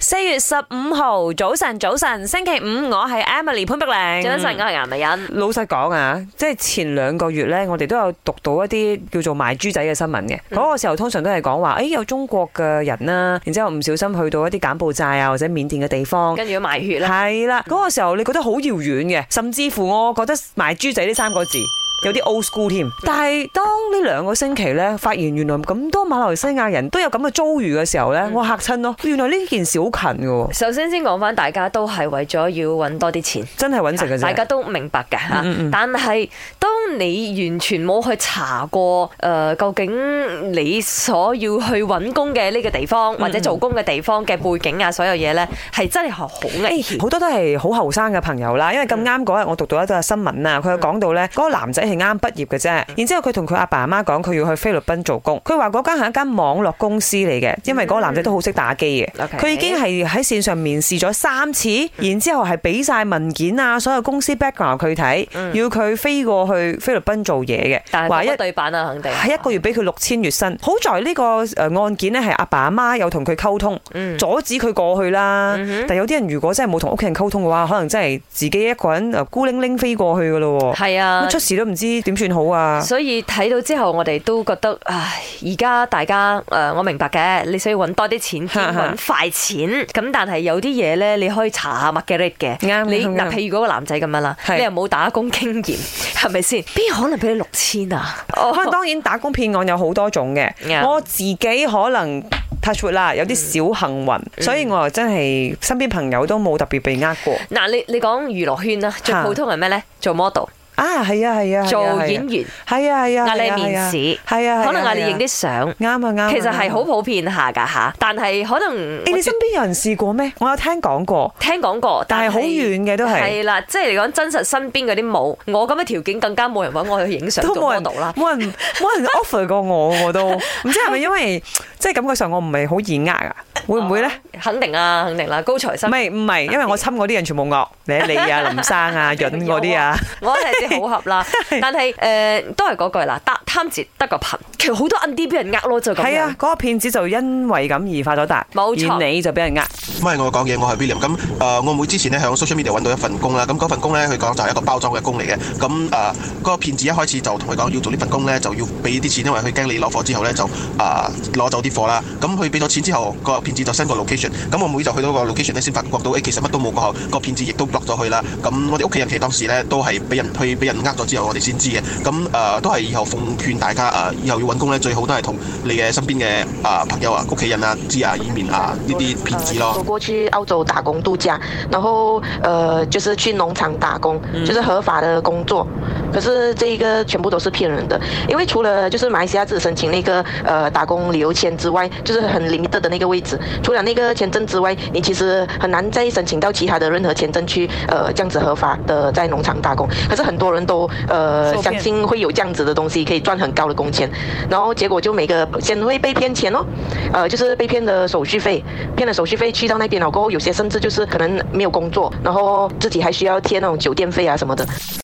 四月十五號早晨，早晨，星期五，我係 Emily 潘碧玲。早晨，我係顏美欣。老實講啊，即係前兩個月呢，我哋都有讀到一啲叫做賣豬仔嘅新聞嘅。嗰、嗯個時候通常都係講話，誒、哎有中國嘅人啦，然之後唔小心去到一啲柬埔寨啊或者緬甸嘅地方。跟住要賣血啦，係啦，嗰、個時候你覺得好遙遠嘅，甚至乎我覺得賣豬仔呢三個字有啲 old school 嗯添。但係當呢兩個星期呢，發現原來咁多馬來西亞人都有咁嘅遭遇嘅時候嗯呢，我嚇親咯。原來呢件事好近嘅喎，首先先講翻，大家都係為咗要揾多啲錢，真係揾食嘅大啫。家都明白嘅嚇。嗯嗯但係當你完全冇去查過，誒、究竟你所要去揾工嘅呢個地嗯方，或者做工嘅地方嘅背景啊，所有嘢呢，係真係好危險。哎好多都係好後生嘅朋友啦，因為嗯咁啱嗰日我讀到一個新聞啊，佢有講到呢嗰個男仔係啱畢業嘅啫，嗯然之後佢同佢阿爸阿媽講佢要去菲律賓做工，佢話嗰間係一間網絡公司嚟嘅，因為嗰個男仔都好識打機嘅，嗯 OK 佢已經係喺線上面試咗三次，然之後係俾晒文件啊，所有公司 background 佢睇，嗯要佢飛過去菲律賓做嘢但嘅，係話一一對版啊，肯定係一個月俾佢六千月薪。好在呢個誒案件呢，係阿爸阿媽有同佢溝通，嗯阻止佢過去啦。但有啲人如果真係冇同屋企人溝通嘅話，可能真係自己一個人誒孤零零飛過去噶咯喎。係啊咁。出事都唔知點算好啊！所以睇到之後，我哋都覺得，唉，而家大家誒、呃我明白嘅，你需要揾多啲錢，兼揾快錢。咁但係有啲嘢呢，你可以查下 market 嘅。啱你啱嗱，譬如嗰個男仔咁樣啦，係你又冇打工經驗，係咪先？邊可能俾你六千啊？可能當然打工騙案有好多種嘅，啱我自己可能 touch wood 啦，有啲小幸運，嗯所以我又真係身邊朋友都冇特別被呃過。嗱，你你講娛樂圈啦，最嚇普通係咩呢？做 model、啊，係啊，係啊，係啊做演，員，係啊，係啊，係啊嗌係啊你面試，係啊，可能嗌你係啊影啲相，啱啊，啱啊，其實啱係啊好普遍下㗎吓。但係可能誒，我你身邊有人試過咩？我有聽講過，聽講過，但係好遠嘅都係，係啦，即係嚟講真實身邊嗰啲冇，我咁嘅條件更加冇人揾我去影相都做冇人 model 啦。冇 人冇人 offer 過我，我都唔知係咪因為即係感覺上我唔係好易呃啊？會唔會咧？肯定啊，肯定啦，高材唔生。係唔係，因為我侵嗰啲人全部惡，你 你啊、林生啊、潤嗰啲啊，我係啲好 合啦，但係誒、呃都係嗰句啦，得貪字得個貧，其實好多 N D 俾人呃咯，就咁係啊樣，。嗰個騙子就因為咁而發咗達，冇錯而你就俾人呃。唔係我講嘢，我係 William。咁誒、呃我妹之前咧喺 social media 揾到一份工啦。咁嗰份工咧，佢講就係一個包裝嘅工嚟嘅。咁誒，呃嗰、個騙子一開始就同佢講要做呢份工咧，就要俾啲錢，因為佢驚你攞貨之後咧就誒攞、走啲貨啦。咁佢俾咗錢之後，個騙子就 send 個 location。咁我妹就去到個 location 咧，先發覺到誒、欸其實乜都冇個後，個騙子亦都 block 咗佢啦。咁我哋屋企人其實當時咧都係俾人去俾人呃咗之後，我哋先知嘅。咁誒、呃都係以後奉勸大家誒、呃以後要揾工咧，最好都係同你嘅身邊嘅啊朋友啊、屋企人啊知啊，以免啊呢啲騙子咯我。过去澳洲打工度假，然后呃，就是去农场打工，就是合法的工作。可是这一个全部都是骗人的，因为除了就是马来西亚自己申请那个呃打工旅游签之外，就是很 limited 的那个位置，除了那个签证之外，你其实很难再申请到其他的任何签证去呃这样子合法的在农场打工。可是很多人都呃受骗相信。定会有这样子的东西可以赚很高的工钱，然后结果就每个先会被骗钱哦，呃，就是被骗的手续费，骗了手续费去到那边了过后，有些甚至就是可能没有工作，然后自己还需要贴那种酒店费啊什么的。